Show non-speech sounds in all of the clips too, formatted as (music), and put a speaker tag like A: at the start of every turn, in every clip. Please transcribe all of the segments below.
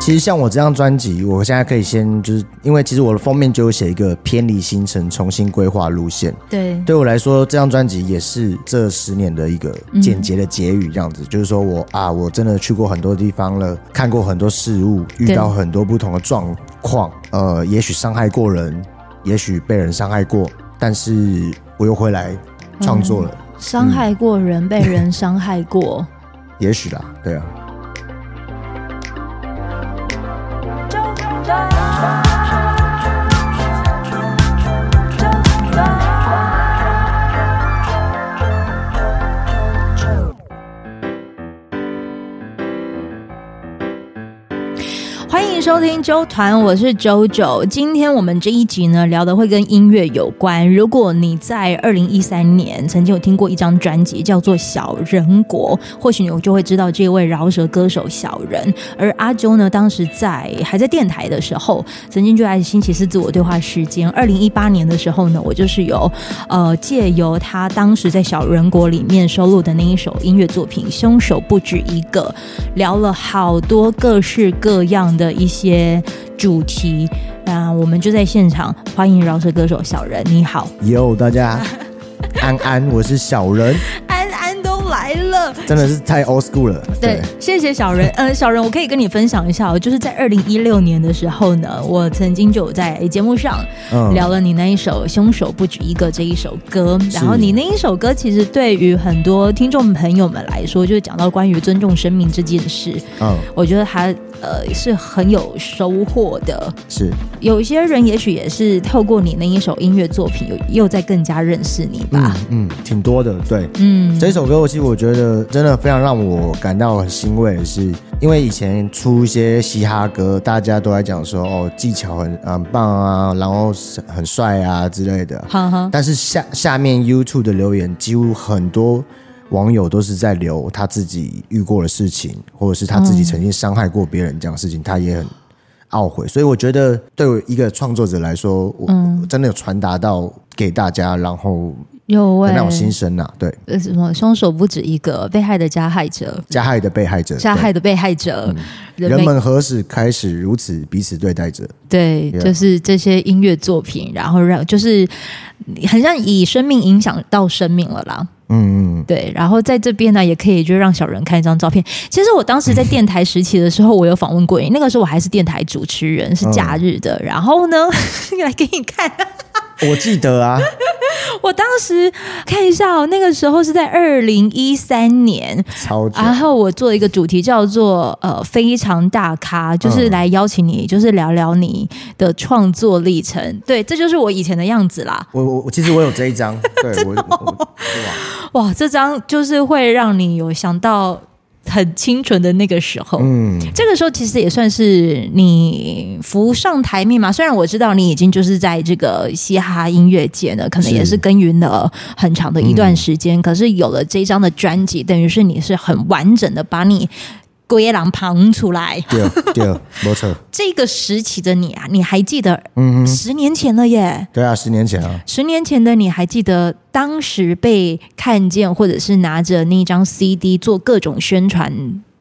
A: 其实像我这张专辑，我现在可以先就是因为其实我的封面就有写一个偏离行程，重新规划路线。
B: 对
A: 对我来说，这张专辑也是这十年的一个简洁的结语，这样子，就是说我啊，我真的去过很多地方了，看过很多事物，遇到很多不同的状况，呃，也许伤害过人，也许被人伤害过，但是我又回来创作了，
B: 伤害过人，被人伤害过。
A: 也许啦，对啊。
B: 欢迎收听周团，我是周九。今天我们这一集呢，聊的会跟音乐有关。如果你在二零一三年曾经有听过一张专辑叫做《小人国》，或许你就会知道这位饶舌歌手小人。而阿周呢，当时在还在电台的时候，曾经就在星期四自我对话时间。二零一八年的时候呢，我就是有呃借由他当时在《小人国》里面收录的那一首音乐作品《凶手不止一个》，聊了好多各式各样的一些主题。那我们就在现场欢迎饶舌歌手小人，你好，
A: 哟，大家安安，我是小人，
B: 安安都来了。
A: 真的是太 old school 了。
B: 对，谢谢小人。嗯、小人，我可以跟你分享一下哦，就是在二零一六年的时候呢，我曾经就有在节目上
A: 嗯
B: 聊了你那一首《凶手不止一个》这一首歌，然后
A: 是
B: 你那一首歌其实对于很多听众朋友们来说，就是讲到关于尊重生命这件事，
A: 嗯，
B: 我觉得它呃是很有收获的。
A: 是
B: 有一些人也许也是透过你那一首音乐作品，又又在更加认识你吧。
A: 嗯，嗯挺多的，对。
B: 嗯，
A: 这首歌，我其实我觉得真的非常让我感到很欣慰，的是因为以前出一些嘻哈歌，大家都在讲说哦技巧很很棒啊，然后是很帅啊之类的。
B: 哈哈，
A: 但是下下面 YouTube 的留言，几乎很多网友都是在留他自己遇过的事情，或者是他自己曾经伤害过别人这样的事情，他也很懊悔。所以我觉得，对我一个创作者来说，我、
B: 嗯
A: 我真的有传达到给大家，然后
B: 有
A: 的
B: 喂、
A: 那种心声呐、对。
B: 呃，什么凶手不止一个，被害的加害者，
A: 加害的被害者，
B: 加
A: 对
B: 害的被害者，
A: 嗯
B: 人
A: 人
B: 们
A: 们何时开始如此彼此对待着？
B: 对
A: Yeah
B: 就是这些音乐作品，然后让就是很像以生命影响到生命了啦。
A: 嗯嗯，
B: 对，然后在这边呢，也可以就让小人看一张照片。其实我当时在电台时期的时候，我有访问过你，那个时候我还是电台主持人，是假日的。
A: (laughs)
B: 然后呢， (laughs) 来给你看，
A: 嗯我记得
B: (laughs)
A: 啊，
B: 我当时看一下、哦，那个时候是在二零一三年，
A: 超级
B: 然后我做一个主题叫做呃非常大咖，就是来邀请你，就是聊聊你的创作历程。对，这就是我以前的样子啦。
A: 我我我其实我有这一张，对我我我哇，
B: 哇，这张就是会让你有想到很清纯的那个时候。
A: 嗯，
B: 这个时候其实也算是你浮上台面嘛。虽然我知道你已经就是在这个嘻哈音乐界呢，可能
A: 是
B: 也是耕耘了很长的一段时间，可是有了这张的专辑，等于是你是很完整的把你。龟狼旁出来，
A: 对对，没错，
B: 这个时期的你啊，你还记得
A: 嗯哼，
B: 十年前了耶？
A: 对啊，十年前啊，
B: 十年前的你还记得当时被看见，或者是拿着那张 CD 做各种宣传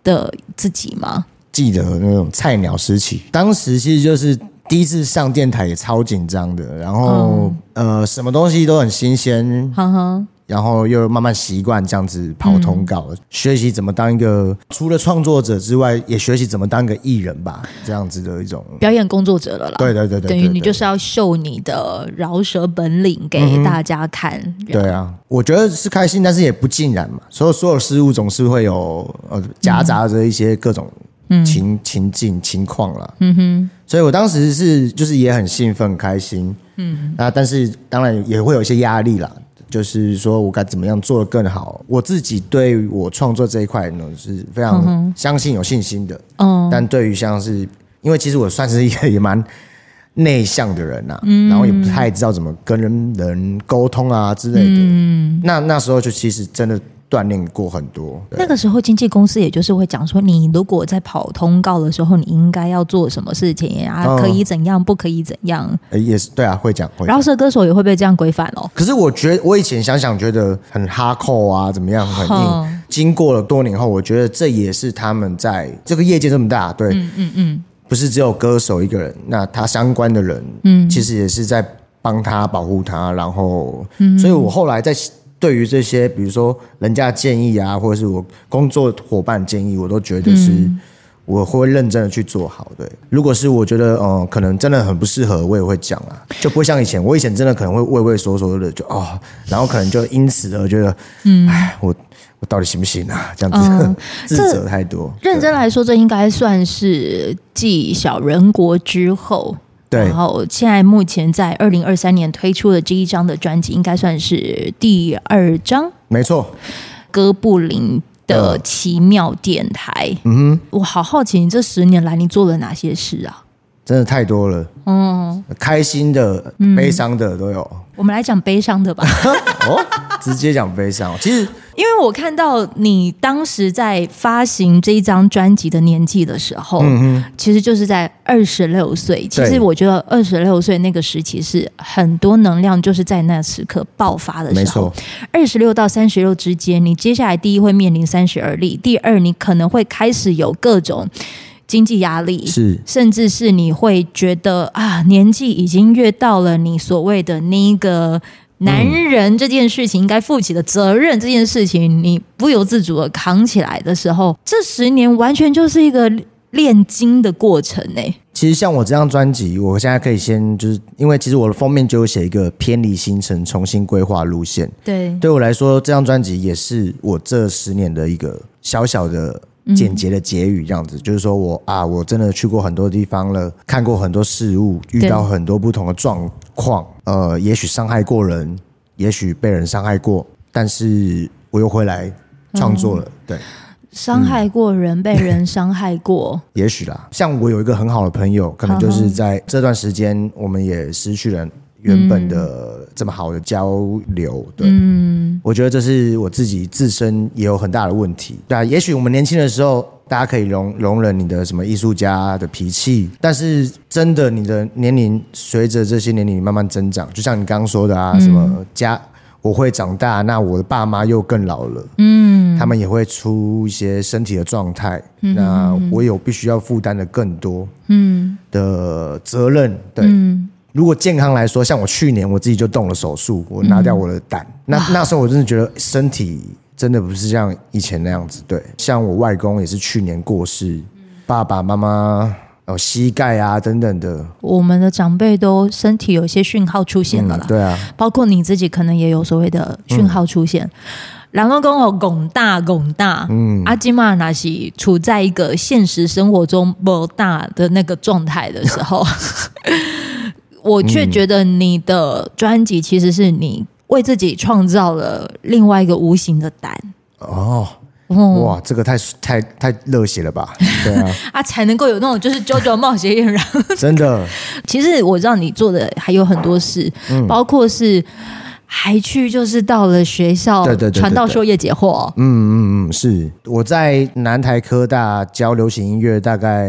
B: 的自己吗？
A: 记得那种菜鸟时期，当时其实就是第一次上电台，也超紧张的，然后、
B: 嗯
A: 呃，什么东西都很新鲜，
B: 哼哼，
A: 然后又慢慢习惯这样子跑通告，
B: 嗯
A: 学习怎么当一个除了创作者之外，也学习怎么当一个艺人吧，这样子的一种。
B: 表演工作者了啦。
A: 对对对对，
B: 等于
A: 对
B: 你
A: 嗯
B: 就是要秀你的饶舌本领给大家看。
A: 对啊，我觉得是开心，但是也不尽然嘛。所有所有事物总是会有呃夹杂着一些各种情、情境情况啦。嗯哼，所以我当时是就是也很兴奋开心，嗯，那但是当然也会有一些压力啦。就是说我该怎么样做得更好？我自己对我创作这一块呢是非常相信、有信心的。
B: 嗯，
A: 但对于像是，因为其实我算是一个也蛮内向的人呐、啊
B: 嗯
A: 然后也不太知道怎么跟人人沟通啊之类的。
B: 嗯
A: 那那时候就其实真的锻炼过很多。对
B: 那个时候经纪公司也就是会讲说，你如果在跑通告的时候，你应该要做什么事情啊？
A: 嗯
B: 可以怎样，不可以怎样？
A: 呃也是对啊，会讲会讲。
B: 饶舌歌手也会被这样规范哦。
A: 可是我觉得，我以前想想觉得很哈扣啊，怎么样很硬
B: 哼。
A: 经过了多年后，我觉得这也是他们在这个业界这么大，对，嗯嗯嗯，不是只有歌手一个人，那他相关的人，
B: 嗯
A: 其实也是在帮他保护他，然后，所以我后来在对于这些，比如说人家的建议啊，或者是我工作伙伴的建议，我都觉得是。我会认真的去做好，对。如果是我觉得，嗯、可能真的很不适合，我也会讲啊，就不会像以前。我以前真的可能会畏畏缩缩的，就哦，然后可能就因此而觉得，嗯，哎，我我到底行不行啊？这样子、
B: 嗯
A: (laughs) 自
B: 这
A: 责太多。
B: 认真来说，这应该算是继小人国之后，
A: 对
B: 然后现在目前在二零二三年推出的这一张的专辑，应该算是第二张。
A: 没错，
B: 哥布林的奇妙电台。
A: 嗯哼，
B: 我好好奇，你这十年来你做了哪些事啊？
A: 真的太多了，
B: 嗯，
A: 开心的、悲伤的都有。
B: 我们来讲悲伤的吧，
A: 哦， (laughs) 直接讲悲伤。其实
B: 因为我看到你当时在发行这一张专辑的年纪的时候，其实就是在二十六岁。其
A: 嗯
B: 实
A: 对
B: 我觉得二十六岁那个时期是很多能量就是在那时刻爆发的
A: 没
B: 时
A: 错
B: 候。，二十六到三十六之间，你接下来第一会面临三十而立，第二你可能会开始有各种经济压力，
A: 是
B: 甚至是你会觉得啊，年纪已经越到了你所谓的那个男人这件事情应该负起的责任这件事情，你不由自主的扛起来的时候，这十年完全就是一个炼金的过程欸呢、
A: 其实像我这张专辑，我现在可以先就是，因为其实我的封面就有写一个偏离行程，重新规划路线。
B: 对，
A: 对我来说，这张专辑也是我这十年的一个小小的。简洁的结语，这样子，就是说我啊，我真的去过很多地方了，看过很多事物，遇到很多不同的状况，呃，也许伤害过人，也许被人伤害过，但是我又回来创作了，对。
B: 伤害过人，被人伤害过，
A: 也许啦，像我有一个很好的朋友，可能就
B: 嗯
A: 是
B: 哼
A: 在这段时间，我们也失去了原本的这么好的交流。对，嗯，我觉得这是我自己自身也有很大的问题。对啊，也许我们年轻的时候，大家可以容容忍你的什么艺术家的脾气，但是真的你的年龄随着这些年龄慢慢增长，就像你刚刚说的啊，什么家。我会长大，那我的爸妈又更老了，嗯，他们也会出一些身体的状态，那我有必须要负担的更多，嗯，的责任，对，如果健康来说，像我去年我自己就动了手术，我拿掉我的胆，那那时候我真的觉得身体真的不是像以前那样子，对，像我外公也是去年过世，爸爸妈妈。哦，膝盖啊，等等的，
B: 我们的长辈都身体有一些讯号出现了啦。
A: 对啊，
B: 包括你自己可能也有所谓的讯号出现。然后跟我拱大拱大，嗯，阿基玛那是处在一个现实生活中不大的那个状态的时
A: (laughs)
B: 候，我却觉得你的专辑其实是你为自己创造了另外一个无形的胆，
A: 哦，
B: 哦，
A: 哇，这个太太太热血了吧？对啊，
B: 啊，才能够有那种就是 JoJo 冒险夜然
A: 真的，
B: (laughs) 其实我知道你做的还有很多事，
A: 嗯
B: 包括是还去就是到了学校
A: 对对对对
B: 传道授业解惑，
A: 嗯嗯嗯，是我在南台科大教流行音乐，大概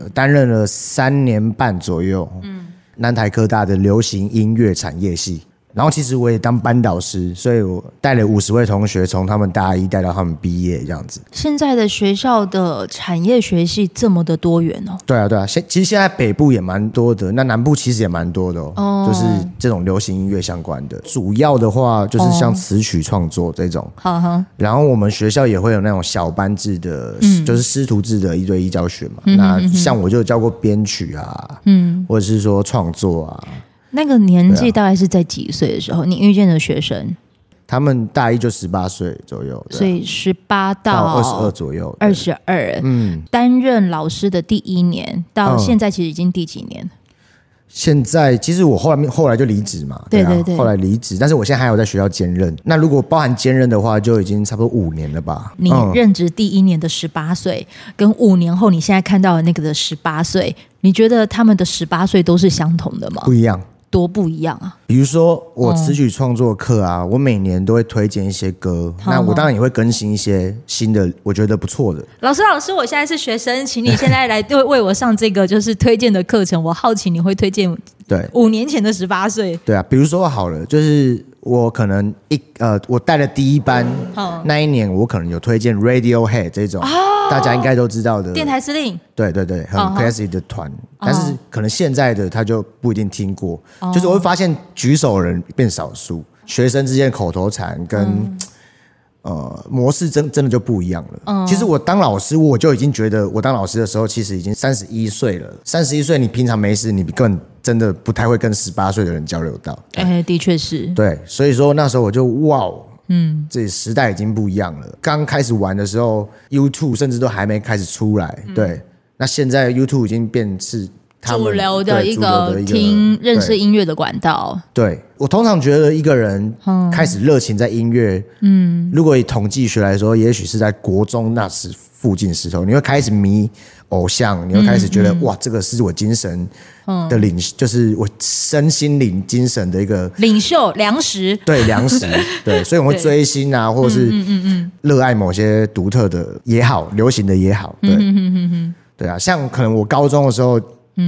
A: 呃担任了三年半左右。嗯，南台科大的流行音乐产业系，然后其实我也当班导师，所以我带了五十位同学，从他们大一带到他们毕业这样子。
B: 现在的学校的产业学系这么的多元哦，
A: 对啊，对啊，现其实现在北部也蛮多的，那南部其实也蛮多的哦，
B: 哦
A: 就是这种流行音乐相关的。主要的话就是像词曲创作这种，
B: 哈哈，
A: 然后我们学校也会有那种小班制的，
B: 嗯
A: 就是师徒制的一对一教学嘛。那像我就教过编曲啊，嗯，或者是说创作啊。
B: 那个年纪大概是在几岁的时候，你遇见的学生，
A: 他们大一就十八岁左右，对啊
B: 所以十八
A: 到
B: 到
A: 二十二左右，对
B: 二十二，
A: 嗯，
B: 担任老师的第一年到
A: 嗯
B: 现在，其实已经第几年？
A: 现在其实我后来面后来就离职嘛，
B: 对
A: 啊
B: 对对
A: 后来离职，但是我现在还有在学校兼任。那如果包含兼任的话，就已经差不多五年了吧？
B: 你
A: 嗯
B: 任职第一年的十八岁，跟五年后你现在看到的那个的十八岁，你觉得他们的十八岁都是相同的吗？
A: 不一样。
B: 多不一样啊！
A: 比如说我词曲创作课啊，我每年都会推荐一些歌，
B: 嗯好
A: 那我
B: 好
A: 当然也会更新一些新的，我觉得不错的。
B: 老师，老师，我现在是学生，请你现在来 (laughs) 对为我上这个就是推荐的课程。我好奇你会推荐
A: 对
B: 五年前的十八岁，
A: 对啊，比如说好了，就是我可能一呃，我带的第一班、
B: 嗯哦
A: 那一年，我可能有推荐 Radiohead 这种、大家应该都知道的
B: 电台司令
A: 对对对，很
B: 嗯哼嗯
A: classy 的团，但是可能现在的他就不一定听过，
B: 哦
A: 就是我会发现举手人变少数，学生之间的口头禅跟、
B: 嗯
A: 呃模式真真的就不一样了。
B: 嗯
A: 其实我当老师，我就已经觉得我当老师的时候，其实已经三十一岁了。三十一岁，你平常没事，你更真的不太会跟十八岁的人交流到。
B: 哎、的确是，
A: 对，所以说那时候我就哇哦，嗯，这时代已经不一样了。刚开始玩的时候，YouTube 甚至都还没开始出来，对。那现在 YouTube 已经变是他们
B: 嗯主流的
A: 对
B: 一
A: 主流
B: 个
A: 的一个
B: 听认识
A: 对
B: 音乐的管道，
A: 对我通常觉得一个人开始热情在音乐，嗯，如果以统计学来说，也许是在国中那时附近时候，你会开始迷偶像，你会开始觉
B: 嗯
A: 得、哇，这个是我精神的领，就是我身心灵精神的一个
B: 领袖粮食，
A: 对粮食，对，所以我们会
B: 对
A: 追星啊，或者是热爱某些独特的也好，流行的也好，对，对啊，像可能我高中的时候，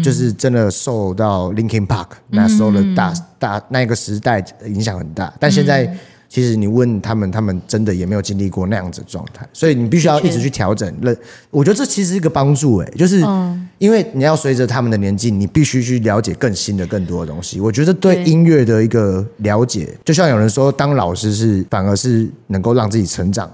A: 就是真的受到 Linkin Park 那时候的大大那个时代影响很大，但现在。其实你问他们，他们真的也没有经历过那样子的状态，所以你必须要一直去调整。认，我觉得这其实是一个帮助、欸，就是因为你要随着他们的年纪，你必须去了解更新的、更多的东西。我觉得对
B: 对
A: 音乐的一个了解，就像有人说，当老师是反而是能够让自己成长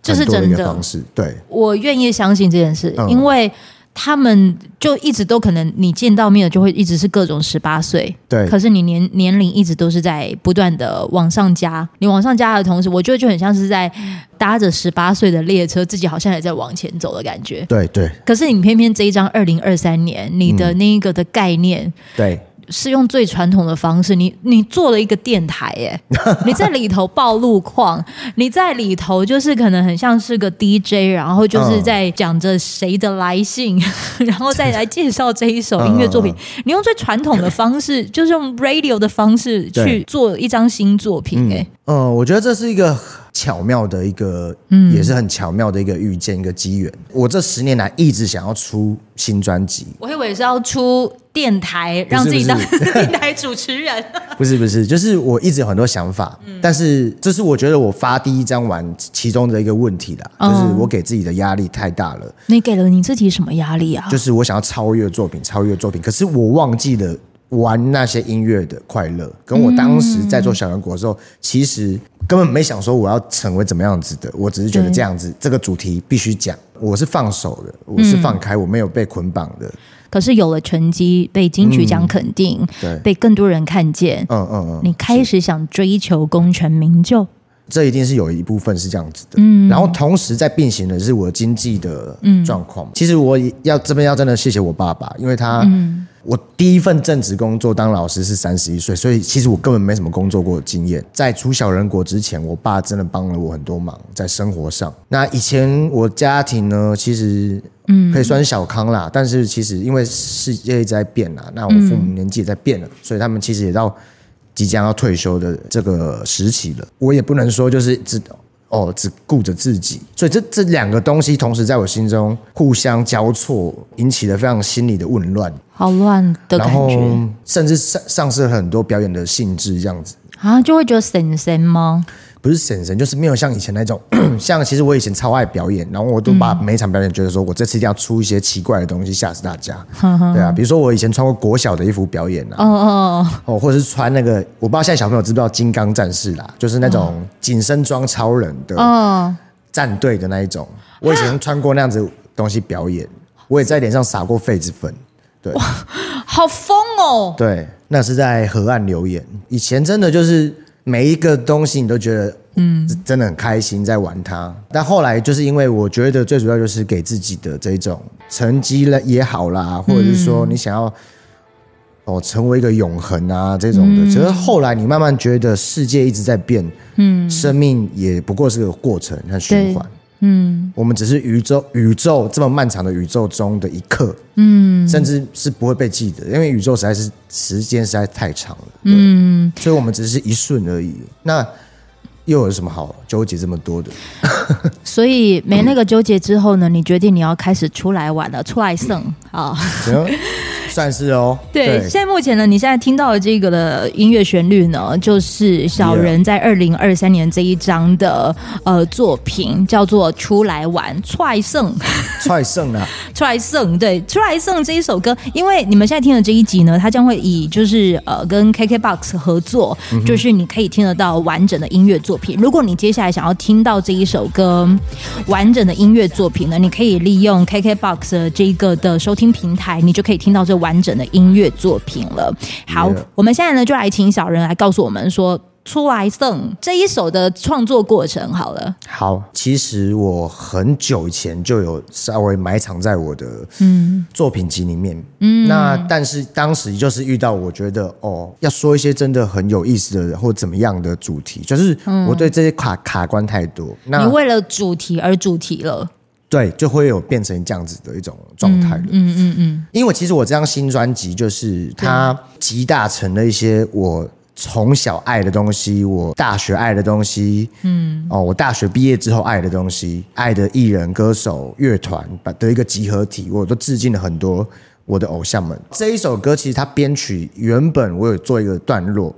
B: 这是
A: 很多的一
B: 真
A: 个
B: 的
A: 方式。对，
B: 我愿意相信这件事，
A: 嗯
B: 因为他们就一直都可能你见到面的就会一直是各种十八岁，
A: 对
B: 可是你年年龄一直都是在不断的往上加，你往上加的同时，我觉得就很像是在搭着十八岁的列车，自己好像也在往前走的感觉。
A: 对，对，
B: 可是你偏偏这一张二零二三年，你
A: 嗯
B: 的那一个的概念
A: 对，
B: 是用最传统的方式，你你做了一个电台
A: (laughs)
B: 耶，你在里头报路况，你在里头就是可能很像是个 DJ，然后就是在讲着谁的来信，
A: 嗯
B: (laughs) 然后再来介绍这一首音乐作品。你用最传统的方式，就是用 radio 的方式去
A: 对
B: 做一张新作品，哎、
A: 呃，我觉得这是一个巧妙的一个，嗯，也是很巧妙的一个遇见，一个机缘。我这十年来一直想要出新专辑，
B: 我以为是要出电台，让自己当 (laughs) 电台主
A: (laughs)
B: 持人。
A: 不是不是，就是我一直有很多想法，
B: 嗯
A: 但是这是我觉得我发第一张完其中的一个问题啦，
B: 哦
A: 就是我给自己的压力太大了，
B: 你给了你自己什么压力啊？
A: 就是我想要超越作品，超越作品，可是我忘记了。玩那些音乐的快乐，跟我当时在
B: 嗯
A: 做小人国的时候，其实根本没想说我要成为怎么样子的，我只是觉得
B: 对
A: 这样子这个主题必须讲，我是放手的，我
B: 嗯
A: 是放开，我没有被捆绑的。
B: 可是有了成绩，被金曲奖肯定，
A: 嗯对
B: 被更多人看见，
A: 嗯嗯嗯，
B: 你开始想追求功成名就，
A: 这一定是有一部分是这样子的，
B: 嗯
A: 然后同时在并行的是我经济的状况。其实我也要这边要真的谢谢我爸爸，因为他，
B: 嗯
A: 我第一份正职工作当老师是三十一岁，所以其实我根本没什么工作过的经验。在出小人国之前，我爸真的帮了我很多忙，在生活上。那以前我家庭呢，其实。嗯，可以算是小康啦，但是其实因为世界一直在变啦，那我父母年纪也在变了，所以他们其实也到即将要退休的这个时期了，我也不能说就是只哦只顾着自己，所以这这两个东西同时在我心中互相交错，引起了非常心理的混乱，
B: 好乱的
A: 然
B: 感
A: 后
B: 觉
A: 甚至丧丧失了很多表演的兴致，这样子
B: 啊，就会觉得神神吗？
A: 不是婶婶，就是没有像以前那种， (clears throat) 像其实我以前超爱表演，然后我都把每一场表演觉得说我这次一定要出一些奇怪的东西吓死大家，
B: 嗯
A: 对啊，比如说我以前穿过国小的衣服表演啊，
B: 哦哦，哦
A: 哦，或者是穿那个，我不知道现在小朋友知不知道金刚战士啦，就是那种紧身装超人的
B: 哦，
A: 战队的那一种。我以前穿过那样子东西表演，我也在脸上撒过痱子粉。对
B: 好疯哦！
A: 对，那是在河岸留言。以前真的就是每一个东西你都觉得，嗯，真的很开心在玩它。但后来就是因为我觉得最主要就是给自己的这种成绩了也好啦，或者是说你想要哦，成为一个永恒啊这种的。只是后来你慢慢觉得世界一直在变，嗯，生命也不过是个过程和循环，嗯，我们只是宇宙宇宙这么漫长的宇宙中的一刻，嗯，甚至是不会被记得，因为宇宙实在是时间实在太长了，嗯，所以我们只是一瞬而已。那又有什么好纠结这么多的？
B: 所以没那个纠结之后呢，你决定你要开始出来玩了，出来胜啊！
A: 只能算是 (laughs) 哦。
B: (laughs) 对，现在目前呢，你现在听到的这个的音乐旋律呢，就是小人在二零二三年这一张的呃作品，叫做《出来玩》，踹胜，
A: 踹胜啊，
B: 踹胜，对，踹胜这一首歌，因为你们现在听的这一集呢，它将会以就是呃跟 KKBOX 合作，
A: 嗯
B: 就是你可以听得到完整的音乐作品。如果你接下来想要听到这一首歌完整的音乐作品呢，你可以利用 KKBOX 的这一个的收听平台，你就可以听到这完整的音乐作品了。好
A: Yeah
B: 我们现在呢就来请小人来告诉我们说。出来送这一首的创作过程好了，
A: 好，其实我很久以前就有稍微埋藏在我的嗯作品集里面，嗯，那但是当时就是遇到我觉得哦，要说一些真的很有意思的或怎么样的主题，就是我对这些卡卡关太多，
B: 你
A: 那
B: 为了主题而主题了，
A: 对就会有变成这样子的一种状态了，
B: 嗯嗯嗯，
A: 因为其实我这张新专辑就是它集大成了一些我从小爱的东西，我大学爱的东西，嗯，哦，我大学毕业之后爱的东西，爱的艺人、歌手、乐团把的一个集合体，我都致敬了很多我的偶像们。这一首歌其实它编曲原本我有做一个段落，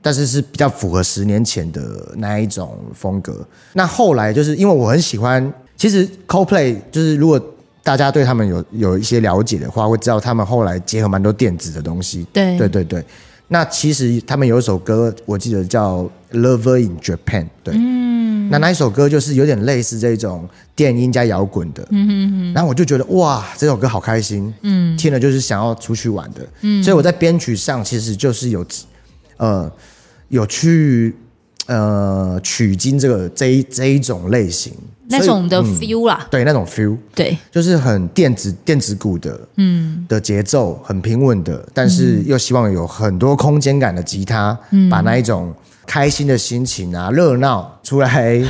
A: 但是是比较符合十年前的那一种风格。那后来就是因为我很喜欢，其实 CoPlay 就是如果大家对他们有有一些了解的话，会知道他们后来结合蛮多电子的东西。
B: 对
A: 对对对。那其实他们有一首歌，我记得叫《Lover in Japan》，对，嗯，那那一首歌就是有点类似这种电音加摇滚的，嗯然后我就觉得哇，这首歌好开心，嗯，听了就是想要出去玩的，嗯，所以我在编曲上其实就是有呃，有去呃取经这个这一这一种类型，
B: 那
A: 所以嗯
B: 种的 feel 啦，
A: 对那种 feel，
B: 对，
A: 就是很电子电子鼓的，嗯，的节奏很平稳的，但是又希望有很多空间感的吉他，把那一种开心的心情啊、热闹出来，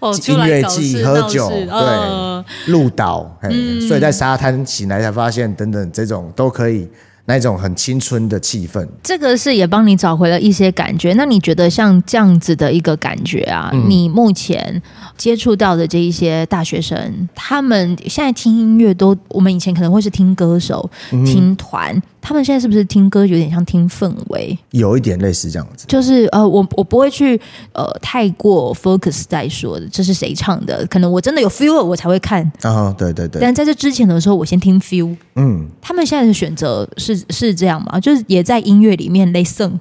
B: 哦
A: 音乐季、喝酒，对，鹿岛，嘿所以在沙滩醒来才发现，等等这种都可以，那一种很青春的气氛。
B: 这个是也帮你找回了一些感觉。那你觉得像这样子的一个感觉啊，你目前接触到的这一些大学生，他们现在听音乐都，我们以前可能会是听歌手、听团，他们现在是不是听歌有点像听氛围？
A: 有一点类似这样子，
B: 就是呃，我我不会去呃太过 focus 在说这是谁唱的，可能我真的有 feel 了我才会看，
A: 然后啊对对对，
B: 但在这之前的时候，我先听 feel。
A: 嗯，
B: 他们现在的选择是是这样吗？就是也在音乐里面 listen。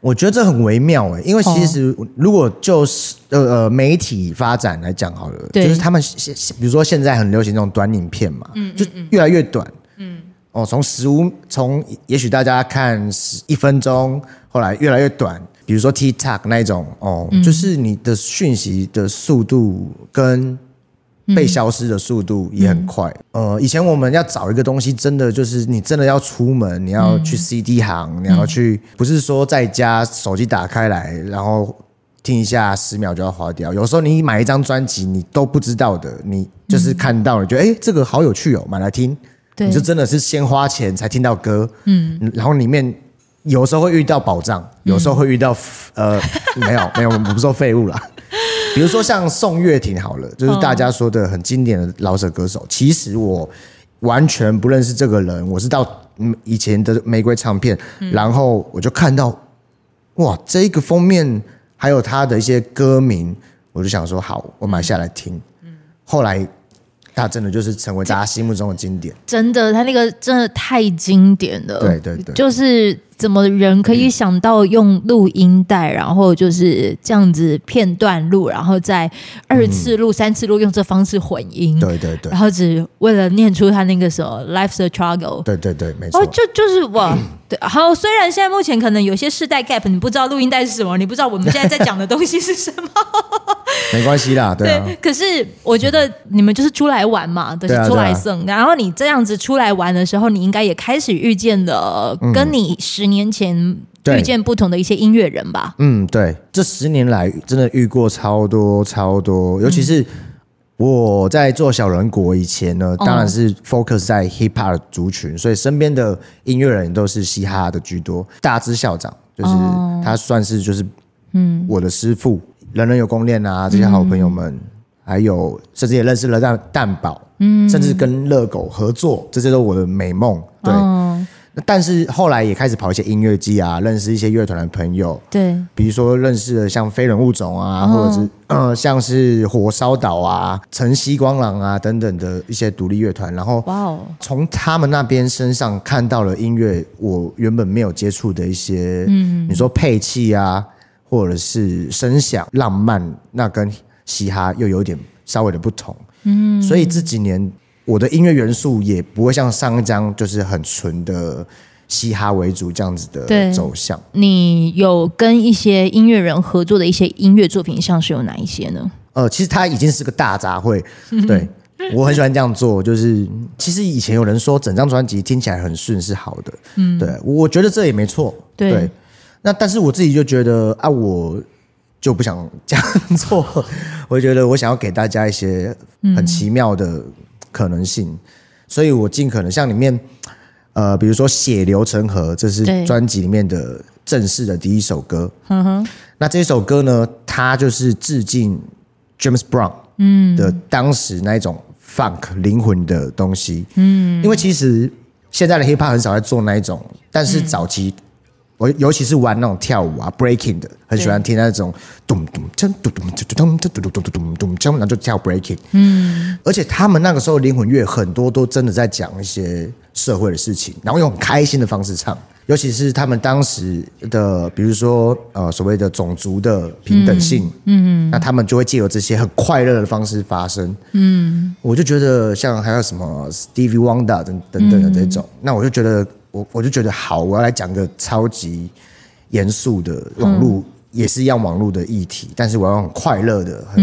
A: 我觉得这很微妙哎、因为其实如果就是呃呃媒体发展来讲好了，
B: 对
A: 就是他们现现比如说现在很流行这种短影片嘛，就越来越短，嗯，哦，从十五从也许大家看十一分钟，后来越来越短，比如说 TikTok 那一种哦，就是你的讯息的速度跟被消失的速度也很快。呃，以前我们要找一个东西，真的就是你真的要出门，你要去 CD 行，你要去，不是说在家手机打开来，然后听一下十秒就要划掉。有时候你买一张专辑，你都不知道的，你就是看到了，觉得哎、诶这个好有趣哦，买来听。
B: 对
A: 你就真的是先花钱才听到歌，嗯，然后里面有时候会遇到宝藏，有时候会遇到、呃，没有没有，我们不说废物啦。比如说像宋岳庭好
B: 嗯
A: 了，就是大家说的很经典的老舍歌手，其实我完全不认识这个人，我是到嗯以前的玫瑰唱片，
B: 嗯
A: 然后我就看到哇，这个封面还有他的一些歌名，我就想说好，我买下来听。
B: 嗯
A: 后来他真的就是成为大家心目中的经典。
B: 真的，他那个真的太经典了。
A: 对对对
B: 嗯就是怎么人可以想到用录音带，然后就是这样子片段录，然后再二次录、三次录，用这方式混音，
A: 对对对
B: 然后只为了念出他那个什么 “Life's a Struggle”。
A: 对对对，没错
B: 哦，。就就是我，对，好。虽然现在目前可能有些世代 gap，你不知道录音带是什么，你不知道我们现在在讲的东西是什么，
A: 没关系啦，对啊，
B: 对， (laughs) 可是我觉得你们就是出来玩嘛，就是
A: 对啊
B: 出
A: 对
B: 来
A: 啊
B: 送。然后你这样子出来玩的时候，你应该也开始遇见了跟你十年前
A: 对
B: 遇见不同的一些音乐人吧。
A: 嗯，对，这十年来真的遇过超多超多，尤其是我在做小人国以前呢，
B: 哦
A: 当然是 focus 在 hip hop 的族群，所以身边的音乐人都是嘻哈的居多。大只校长就是、他算是就是哦嗯我的师傅，人人有功练啊，这些好朋友们，还有甚至也认识了蛋蛋宝，嗯，甚至跟乐狗合作，这些都我的美梦。对，
B: 嗯，
A: 但是后来也开始跑一些音乐季啊，认识一些乐团的朋友，
B: 对，
A: 比如说认识了像非人物种啊，
B: 哦
A: 或者是、呃、像是火烧岛啊、晨曦光廊啊等等的一些独立乐团，然后
B: 哇哦，
A: 从他们那边身上看到了音乐我原本没有接触的一些，嗯，你说配器啊，或者是声响、浪漫，那跟嘻哈又有点稍微的不同，嗯，所以这几年我的音乐元素也不会像上一张就是很纯的嘻哈为主这样子
B: 对
A: 的走向。
B: 你有跟一些音乐人合作的一些音乐作品，像是有哪一些呢？
A: 呃，其实它已经是个大杂烩，对。
B: (laughs)
A: 我很喜欢这样做，就是其实以前有人说整张专辑听起来很顺是好的，嗯，对我觉得这也没错，
B: 对
A: 那但是我自己就觉得啊，我就不想这样做， (laughs) 我觉得我想要给大家一些
B: 嗯
A: 很奇妙的可能性，所以我尽可能像里面呃，比如说《血流成河》，这
B: 对
A: 是专辑里面的正式的第一首歌，
B: 哼嗯哼，
A: 那这首歌呢，它就是致敬 James Brown，嗯，的当时那一种 funk 灵魂的东西，嗯，因为其实现在的 hip hop 很少在做那一种，但是早期。我尤其是玩那种跳舞啊，breaking 的，很喜欢听那种咚咚锵咚咚锵咚咚咚咚咚咚咚锵，然后就跳 breaking。嗯，而且他们那个时候灵魂乐很多都真的在讲一些社会的事情，然后用很开心的方式唱，尤其是他们当时的，比如说呃所谓的种族的平等性，嗯，那他们就会借由这些很快乐的方式发生。我就觉得像还有什么 Stevie Wonder 等等等的这种，那我就觉得我我就觉得好，我要来讲个超级严肃的网
B: 嗯
A: 络、也是一样网络的议题，但是我要用很快乐的、很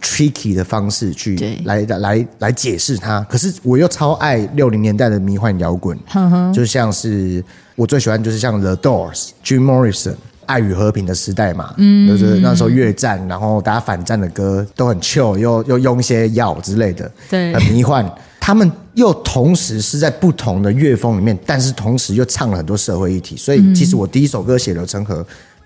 A: tricky 的方式去
B: 嗯对
A: 来来来来解释它。可是我又超爱六零年代的迷幻摇滚，
B: 哼嗯哼，
A: 就像是我最喜欢就是像 The Doors、Jim Morrison。爱与和平的时代嘛，嗯，就是那时候越战，然后大家反战的歌都很 chill，又又用一些药之类的，
B: 对
A: 很迷幻。他们又同时是在不同的乐风里面，但是同时又唱了很多社会议题，所以其实我第一首歌《血流成河》，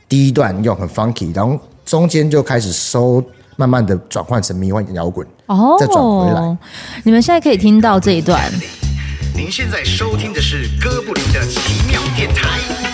A: 第一段用很 funky，然后中间就开始收，慢慢的转换成迷幻摇滚，
B: 哦，
A: 再转回来。
B: 你们现在可以听到这一段，
C: 您现在收听的是哥布林的奇妙电台。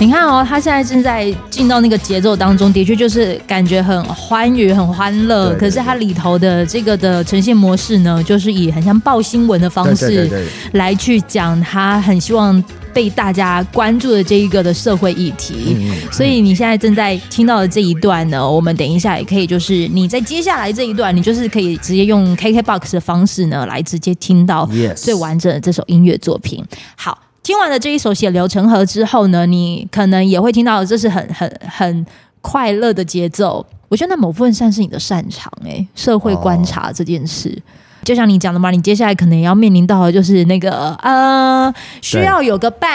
B: 你看哦，他现在正在进到那个节奏当中，的确就是感觉很欢愉、很欢乐。
A: 对对
B: 可是它里头的这个的呈现模式呢，就是以很像报新闻的方
A: 对
B: 式
A: 对对对
B: 来去讲他很希望被大家关注的这一个的社会议题。
A: 嗯
B: 所以你现在正在听到的这一段呢，我们等一下也可以，就是你在接下来这一段，你就是可以直接用 KKBOX 的方式呢，来直接听到
A: Yes
B: 最完整的这首音乐作品。好，听完了这一首《血流成河》之后呢，你可能也会听到，这是很很很快乐的节奏。我觉得那某部分算是你的擅长、欸，社会观察这件事。
A: 哦
B: 就像你讲的嘛，你接下来可能也要面临到的就是那个呃，需
A: 对嗯
B: 要有个伴，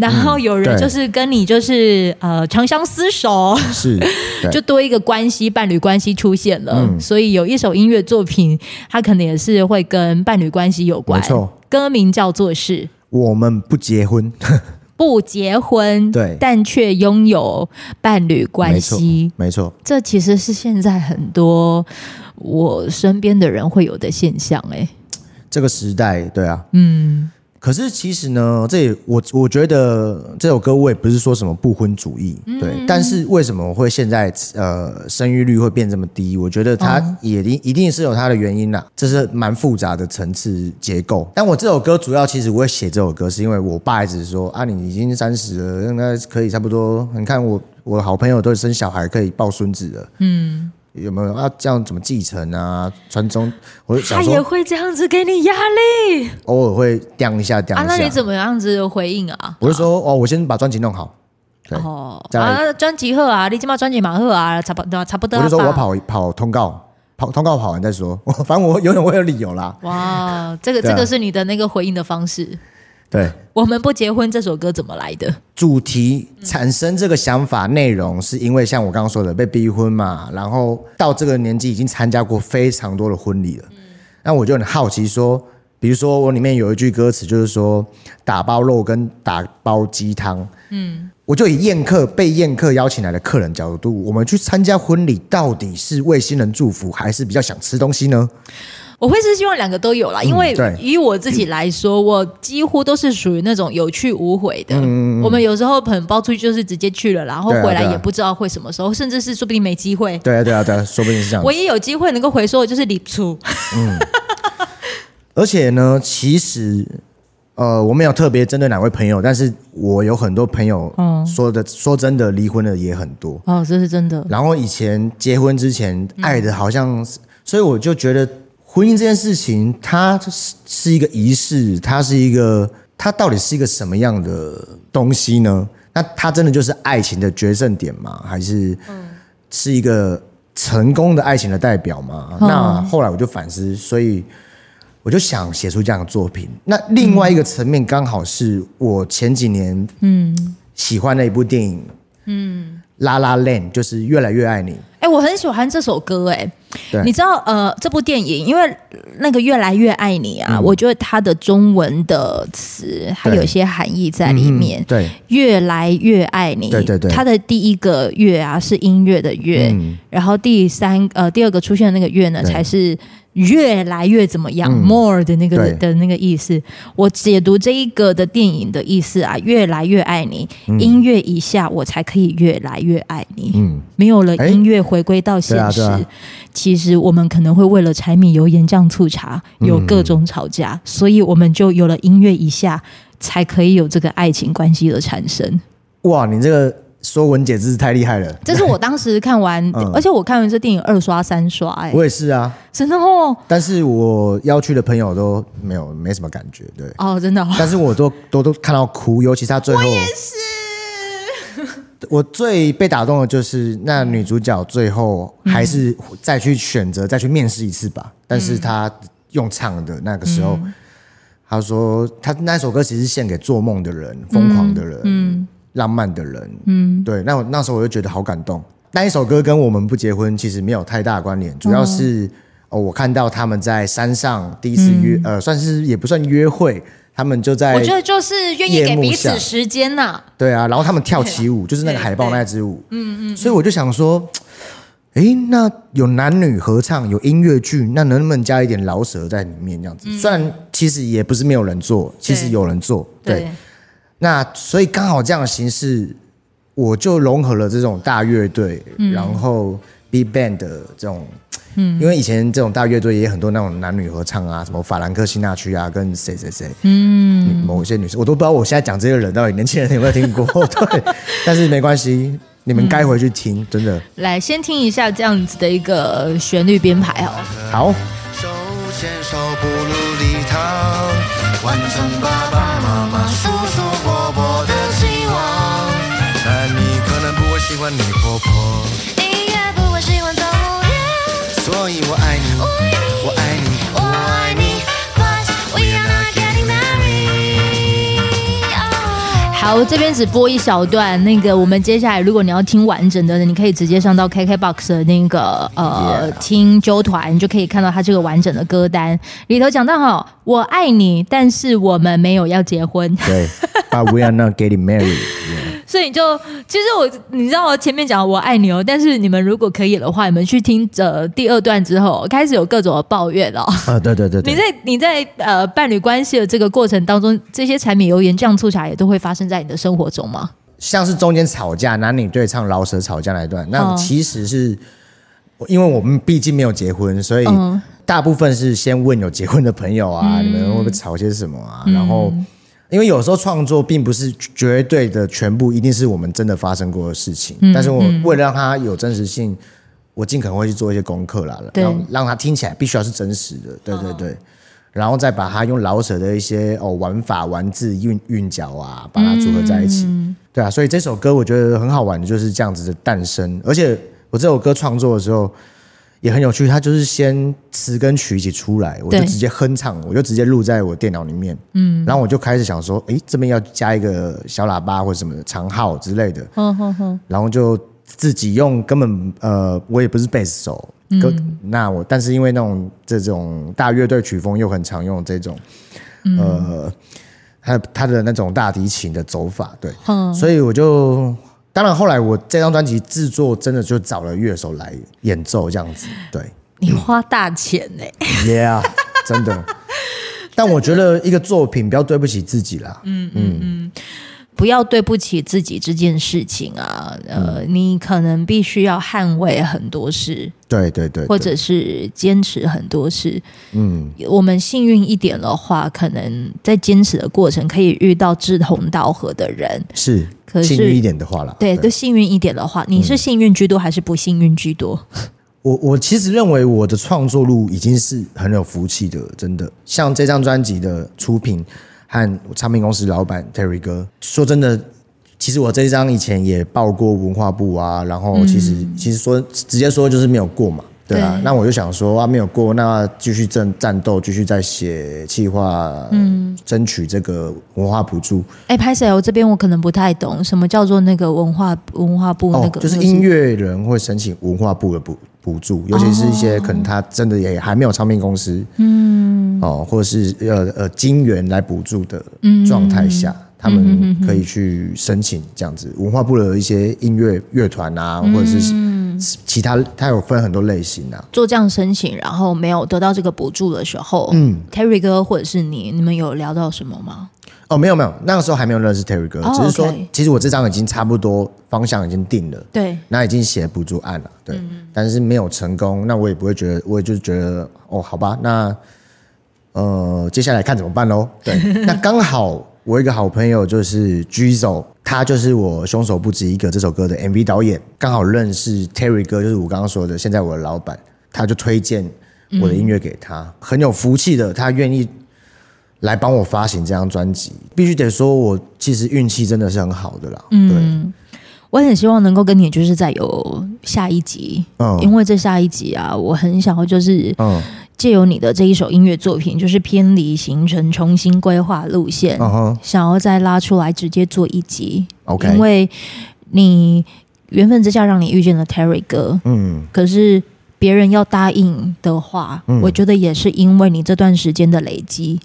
B: 然后有人
A: 对
B: 就是跟你就是呃长相厮守，
A: 是，对嗯
B: 就多一个关系，伴侣关系出现了。所以有一首音乐作品，它可能也是会跟伴侣关系有关。
A: 没错，
B: 歌名叫做是
A: 我们不结婚，
B: 不结婚，
A: 对
B: 但却拥有伴侣关
A: 没错
B: 系。，
A: (laughs) 没错，
B: 这其实是现在很多我身边的人会有的现象、哎，
A: 这个时代，对啊，
B: 嗯，
A: 可是其实呢，这也我我觉得这首歌我也不是说什么不婚主义，
B: 嗯
A: 对。但是为什么我会现在呃生育率会变这么低？我觉得它
B: 哦
A: 也一一定是有它的原因啦，这是蛮复杂的层次结构。但我这首歌主要其实我会写这首歌，是因为我爸一直说啊，你已经三十了，应该可以差不多。你看我我好朋友都生小孩，可以抱孙子了，嗯。有没有啊？这样怎么继承啊？传宗，我就
B: 他
A: 想
B: 也
A: 说，
B: 会这样子给你压力
A: 偶尔会掉一下，掉一
B: 啊
A: 下。？
B: 那你怎么样子回应啊？
A: 我就说哦，我先把专辑弄好。对，
B: 哦，
A: 再来
B: 啊，专辑贺啊，你今嘛专辑马贺啊，差不多差不多
A: 我
B: 啊
A: 就说我
B: 吧
A: 跑跑通告，跑通告跑完再说。 (laughs) 我反正我永远会有理由啦。
B: 哇，这个
A: 对
B: 这
A: 啊
B: 个是你的那个回应的方式。
A: 对，
B: 我们不结婚这首歌怎么来的？
A: 主题产生这个想法内容，是因为像我刚刚说的被逼婚嘛，然后到这个年纪已经参加过非常多的婚礼了。那我就很好奇说，比如说我里面有一句歌词就是说打包肉跟打包鸡汤，嗯，我就以宴客被宴客邀请来的客人角度，我们去参加婚礼到底是为新人祝福，还是比较想吃东西呢？
B: 我会是希望两个都有啦，因为
A: 嗯对嗯
B: 以我自己来说，我几乎都是属于那种有去无回的。我们有时候可能包出去就是直接去了，然
A: 嗯
B: 后
A: 对啊
B: 回来
A: 对啊
B: 也不知道会什么时候，甚至是说不定没机会。
A: 对啊，对啊，对啊，说不定是这样子。
B: 唯一有机会能够回收的就是礼
A: (laughs)
B: 出，
A: 而且呢，其实呃，我没有特别针对哪位朋友，但是我有很多朋友说的，说真的，离婚的也很多。
B: 哦，这是真的。
A: 然后以前结婚之前爱的好像是，所以我就觉得婚姻这件事情，它是是一个仪式，它是一个，它到底是一个什么样的东西呢？那它真的就是爱情的决胜点吗？还是是一个成功的爱情的代表吗？那后来我就反思，所以我就想写出这样的作品。那另外一个层面刚好是我前几年嗯喜欢的一部电影嗯《La La Land》，就是越来越爱你。
B: 哎、我很喜欢这首歌、哎
A: 对，
B: 你知道呃，这部电影因为那个越来越爱你
A: 嗯
B: 啊，我觉得它的中文的词它有一些含义在里面。
A: 嗯对，
B: 越来越爱你，
A: 对对对嗯
B: 它的第一个月啊是音乐的月，然后第三呃第二个出现的那个月呢
A: 对嗯
B: 才是越来越怎么样、more 的那个
A: 对
B: 的那个意思。我解读这一个的电影的意思啊，越来越爱你，音乐以下我才可以越来越爱你。
A: 嗯，
B: 没有了
A: 哎
B: 音乐回归到现实，
A: 对啊对啊
B: 其实我们可能会为了柴米油盐酱醋茶
A: 嗯
B: 有各种吵架，所以我们就有了音乐以下才可以有这个爱情关系的产
A: (laughs) 嗯
B: 生。
A: 哇，你这个说文解字太厉害了，
B: 这是我当时看完，
A: 嗯
B: 而且我看完这电影二刷三刷、哎，
A: 我也是啊。
B: 真的哦，
A: 但是我要去的朋友都没有没什么感觉，对。
B: 哦，真的、哦，
A: 但是我都都都看到哭，尤其是他最后。我也是。我最被打动的就是那女主角最后
B: 嗯
A: 还是再去选择、再去面试一次吧，但是她用唱的那个时候，
B: 嗯
A: 她说她那首歌其实是献给做梦的人、疯狂的
B: 嗯
A: 人、浪漫的人，嗯，对。那我那时候我就觉得好感动。那一首歌跟我们不结婚其实没有太大关联，主要是、哦，我看到他们在山上第一次约，呃，算是也不算约会，他们就在
B: 嗯我觉得就是愿意
A: 夜
B: 给
A: 幕
B: 彼
A: 哎下
B: 此时间呐、
A: 对啊，然后他们跳起 (laughs) 舞，就是那个海报那支舞。嗯嗯。所以我就想说，诶，那有男女合唱，有音乐剧，那能不能加一点饶舌在里面？这样子，虽然其实也不是没有人做，其实有人做。嗯对。那所以刚好这样的形式，我就融合了这种大乐队，然后 big band 的这种。嗯嗯，因为以前这种大乐队也有很多那种男女合唱啊，什么法兰克辛纳区啊，跟谁谁谁，嗯，某些女生，我都不知道我现在讲这些人到底年轻人有没有听过， (laughs) 对，但是没关系，你们该回去听，真的
B: 来先听一下这样子的一个旋律编排哦。
A: 好。
D: 手牵手步入礼堂，完成爸爸妈妈、叔叔伯伯的期望。但你可能不会喜欢你婆婆，
E: 你也不会喜欢走路人，
D: 所以我爱你，我爱你，
E: 我爱你，But we are not getting married。哦
B: 好，这边只播一小段。那个，我们接下来如果你要听完整的，你可以直接上到 KKBOX 的那个呃
A: Yeah
B: 听纠团，你就可以看到它这个完整的歌单里头讲到哈，我爱你，但是我们没有要结婚， (laughs)
A: 对 (laughs) ，But we are not getting married
B: 所以你就其实我你知道我前面讲我爱你哦，但是你们如果可以的话，你们去听呃第二段之后，开始有各种的抱怨 (laughs) 哦。
A: 啊，对对对
B: 你
A: 对
B: 在，你在呃伴侣关系的这个过程当中，这些柴米油盐酱醋茶也都会发生在你的生活中吗？
A: 像是中间吵架，男女对唱饶舌吵架那一段，那
B: 嗯
A: 其实是因为我们毕竟没有结婚，所以
B: 嗯
A: 大部分是先问有结婚的朋友啊，你们会不会吵些什么啊？
B: 嗯
A: 然后，因为有时候创作并不是绝对的全部，一定是我们真的发生过的事情，
B: 嗯
A: 但是我为了让它有真实性，我尽可能会去做一些功课啦，
B: 对嗯
A: 让让它听起来必须要是真实的，对对对。然后再把它用老舍的一些哦玩法、玩字、韵韵脚啊，把它组合在一起，
B: 嗯
A: 对啊，所以这首歌我觉得很好玩的就是这样子的诞生，而且我这首歌创作的时候也很有趣，它就是先词跟曲一起出来，我就
B: 对
A: 直接哼唱，我就直接录在我电脑里面，嗯，然后我就开始想说，诶，这边要加一个小喇叭或者什么的长号之类的，
B: 哼哼哼，
A: 然后就自己用，根本呃，我也不是贝斯手，
B: 嗯
A: 跟、那我，但是因为那种这种大乐队曲风又很常用这种，
B: 嗯
A: 呃，他他的那种大提琴的走法，对，所以我就。当然，后来我这张专辑制作真的就找了乐手来演奏这样子，对， (laughs)
B: 你花大钱欸呢、
A: ，Yeah，真的。但我觉得一个作品不要对不起自己啦。
B: 嗯不要对不起自己这件事情啊，
A: 嗯
B: 呃，你可能必须要捍卫很多事，
A: 对对对，对
B: 或者是坚持很多事。嗯，我们幸运一点的话，可能在坚持的过程可以遇到志同道合的人。
A: 是
B: 可是
A: 幸运一点的话啦。
B: 对，都幸运一点的话，你
A: 嗯
B: 是幸运居多还是不幸运居多？
A: 我我其实认为我的创作路已经是很有福气的，真的。像这张专辑的出品和唱片公司老板 Terry 哥，说真的，其实我这一张以前也报过文化部啊，然后其实、其实说直接说就是没有过嘛。对啊，
B: 对
A: 那我就想说啊，没有过，那继续战战斗，继续再写企划，嗯，争取这个文化补助。
B: 哎，拍谁？我这边我可能不太懂，什么叫做那个文化文化部那个？
A: 哦，
B: 哦
A: 就是音乐人会申请文化部的补补助，尤其是一些可能他真的也还没有唱片公司，嗯，哦，或者是呃呃金源来补助的状态
B: 嗯
A: 下，他们可以去申请这样子。文化部的一些音乐乐团啊，
B: 嗯
A: 或者是其他，它有分很多类型啊。
B: 做这样申请，然后没有得到这个补助的时候，嗯，Terry 哥或者是你，你们有聊到什么吗？
A: 哦，没有没有，那个时候还没有认识 Terry 哥，
B: 哦
A: 只是说
B: OK
A: 其实我这张已经差不多方向已经定了。
B: 对，
A: 那已经写补助案了，对，
B: 嗯
A: 但是没有成功，那我也不会觉得，我也就是觉得，哦，好吧，那呃，接下来看怎么办喽。
B: (laughs)
A: 对，那刚好我有一个好朋友就是 g i z o 他就是我《凶手不止一个》这首歌的 MV 导演，刚好认识 Terry 哥，就是我刚刚说的，现在我的老板，他就推荐我的音乐给他，很有福气的，他愿意来帮我发行这张专辑，必须得说我其实运气真的是很好的啦，嗯，
B: 我很希望能够跟你就是再有下一集，
A: 嗯
B: 因为这下一集啊，我很想要就是
A: 对，嗯，
B: 借由你的这一首音乐作品，就是偏离行程，重新规划路线，
A: 嗯哼。
B: 想要再拉出来直接做一集。
A: OK
B: 因为你缘分之下让你遇见了 Terry 哥，
A: 嗯，
B: 可是别人要答应的话，我觉得也是因为你这段时间的累积，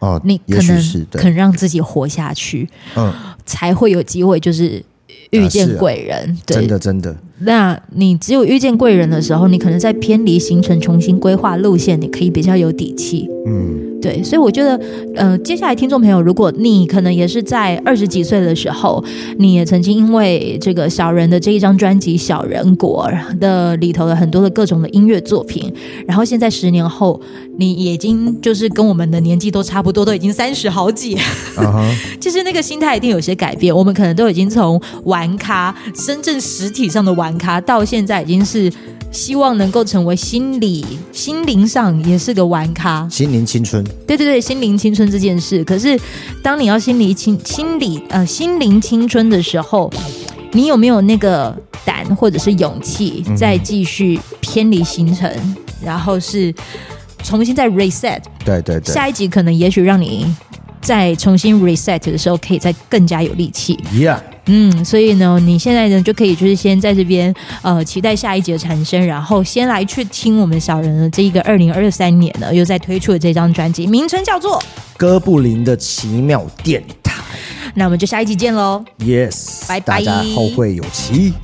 A: 哦，
B: 你可
A: 也许是
B: 能
A: 对，
B: 肯让自己活下去，
A: 嗯，
B: 才会有机会就是遇见贵人。
A: 啊真
B: 对，
A: 的真的，
B: 那你只有遇见贵人的时候，你可能在偏离行程、重新规划路线，你可以比较有底气。
A: 嗯，
B: 对，所以我觉得，呃，接下来听众朋友，如果你可能也是在二十几岁的时候，你也曾经因为这个小人的这一张专辑《小人国》的里头的很多的各种的音乐作品，然后现在十年后，你已经就是跟我们的年纪都差不多，都已经三十好几，
A: 啊哈，
B: 其实那个心态一定有些改变。我们可能都已经从玩咖，真正实体上的玩咖，到现在已经是希望能够成为心理、心灵上也是个玩咖。
A: 心灵青春，
B: 对对对，心灵青春这件事，可是当你要心理青心理呃心灵青春的时候，你有没有那个胆或者是勇气再继续偏离行程，然后是重新再 reset？
A: 对对对
B: 下一集可能也许让你。再重新 reset 的时候，可以再更加有力气。
A: ，Yeah，
B: 嗯，所以呢，你现在呢就可以就是先在这边呃期待下一集的产生，然后先来去听我们小人的这一个二零二三年呢又在推出的这张专辑，名称叫做
A: 哥布林的奇妙电台
B: 那我们就下一集见喽。
A: ，Yes，
B: 拜
A: 大
B: 拜
A: 家后会有期。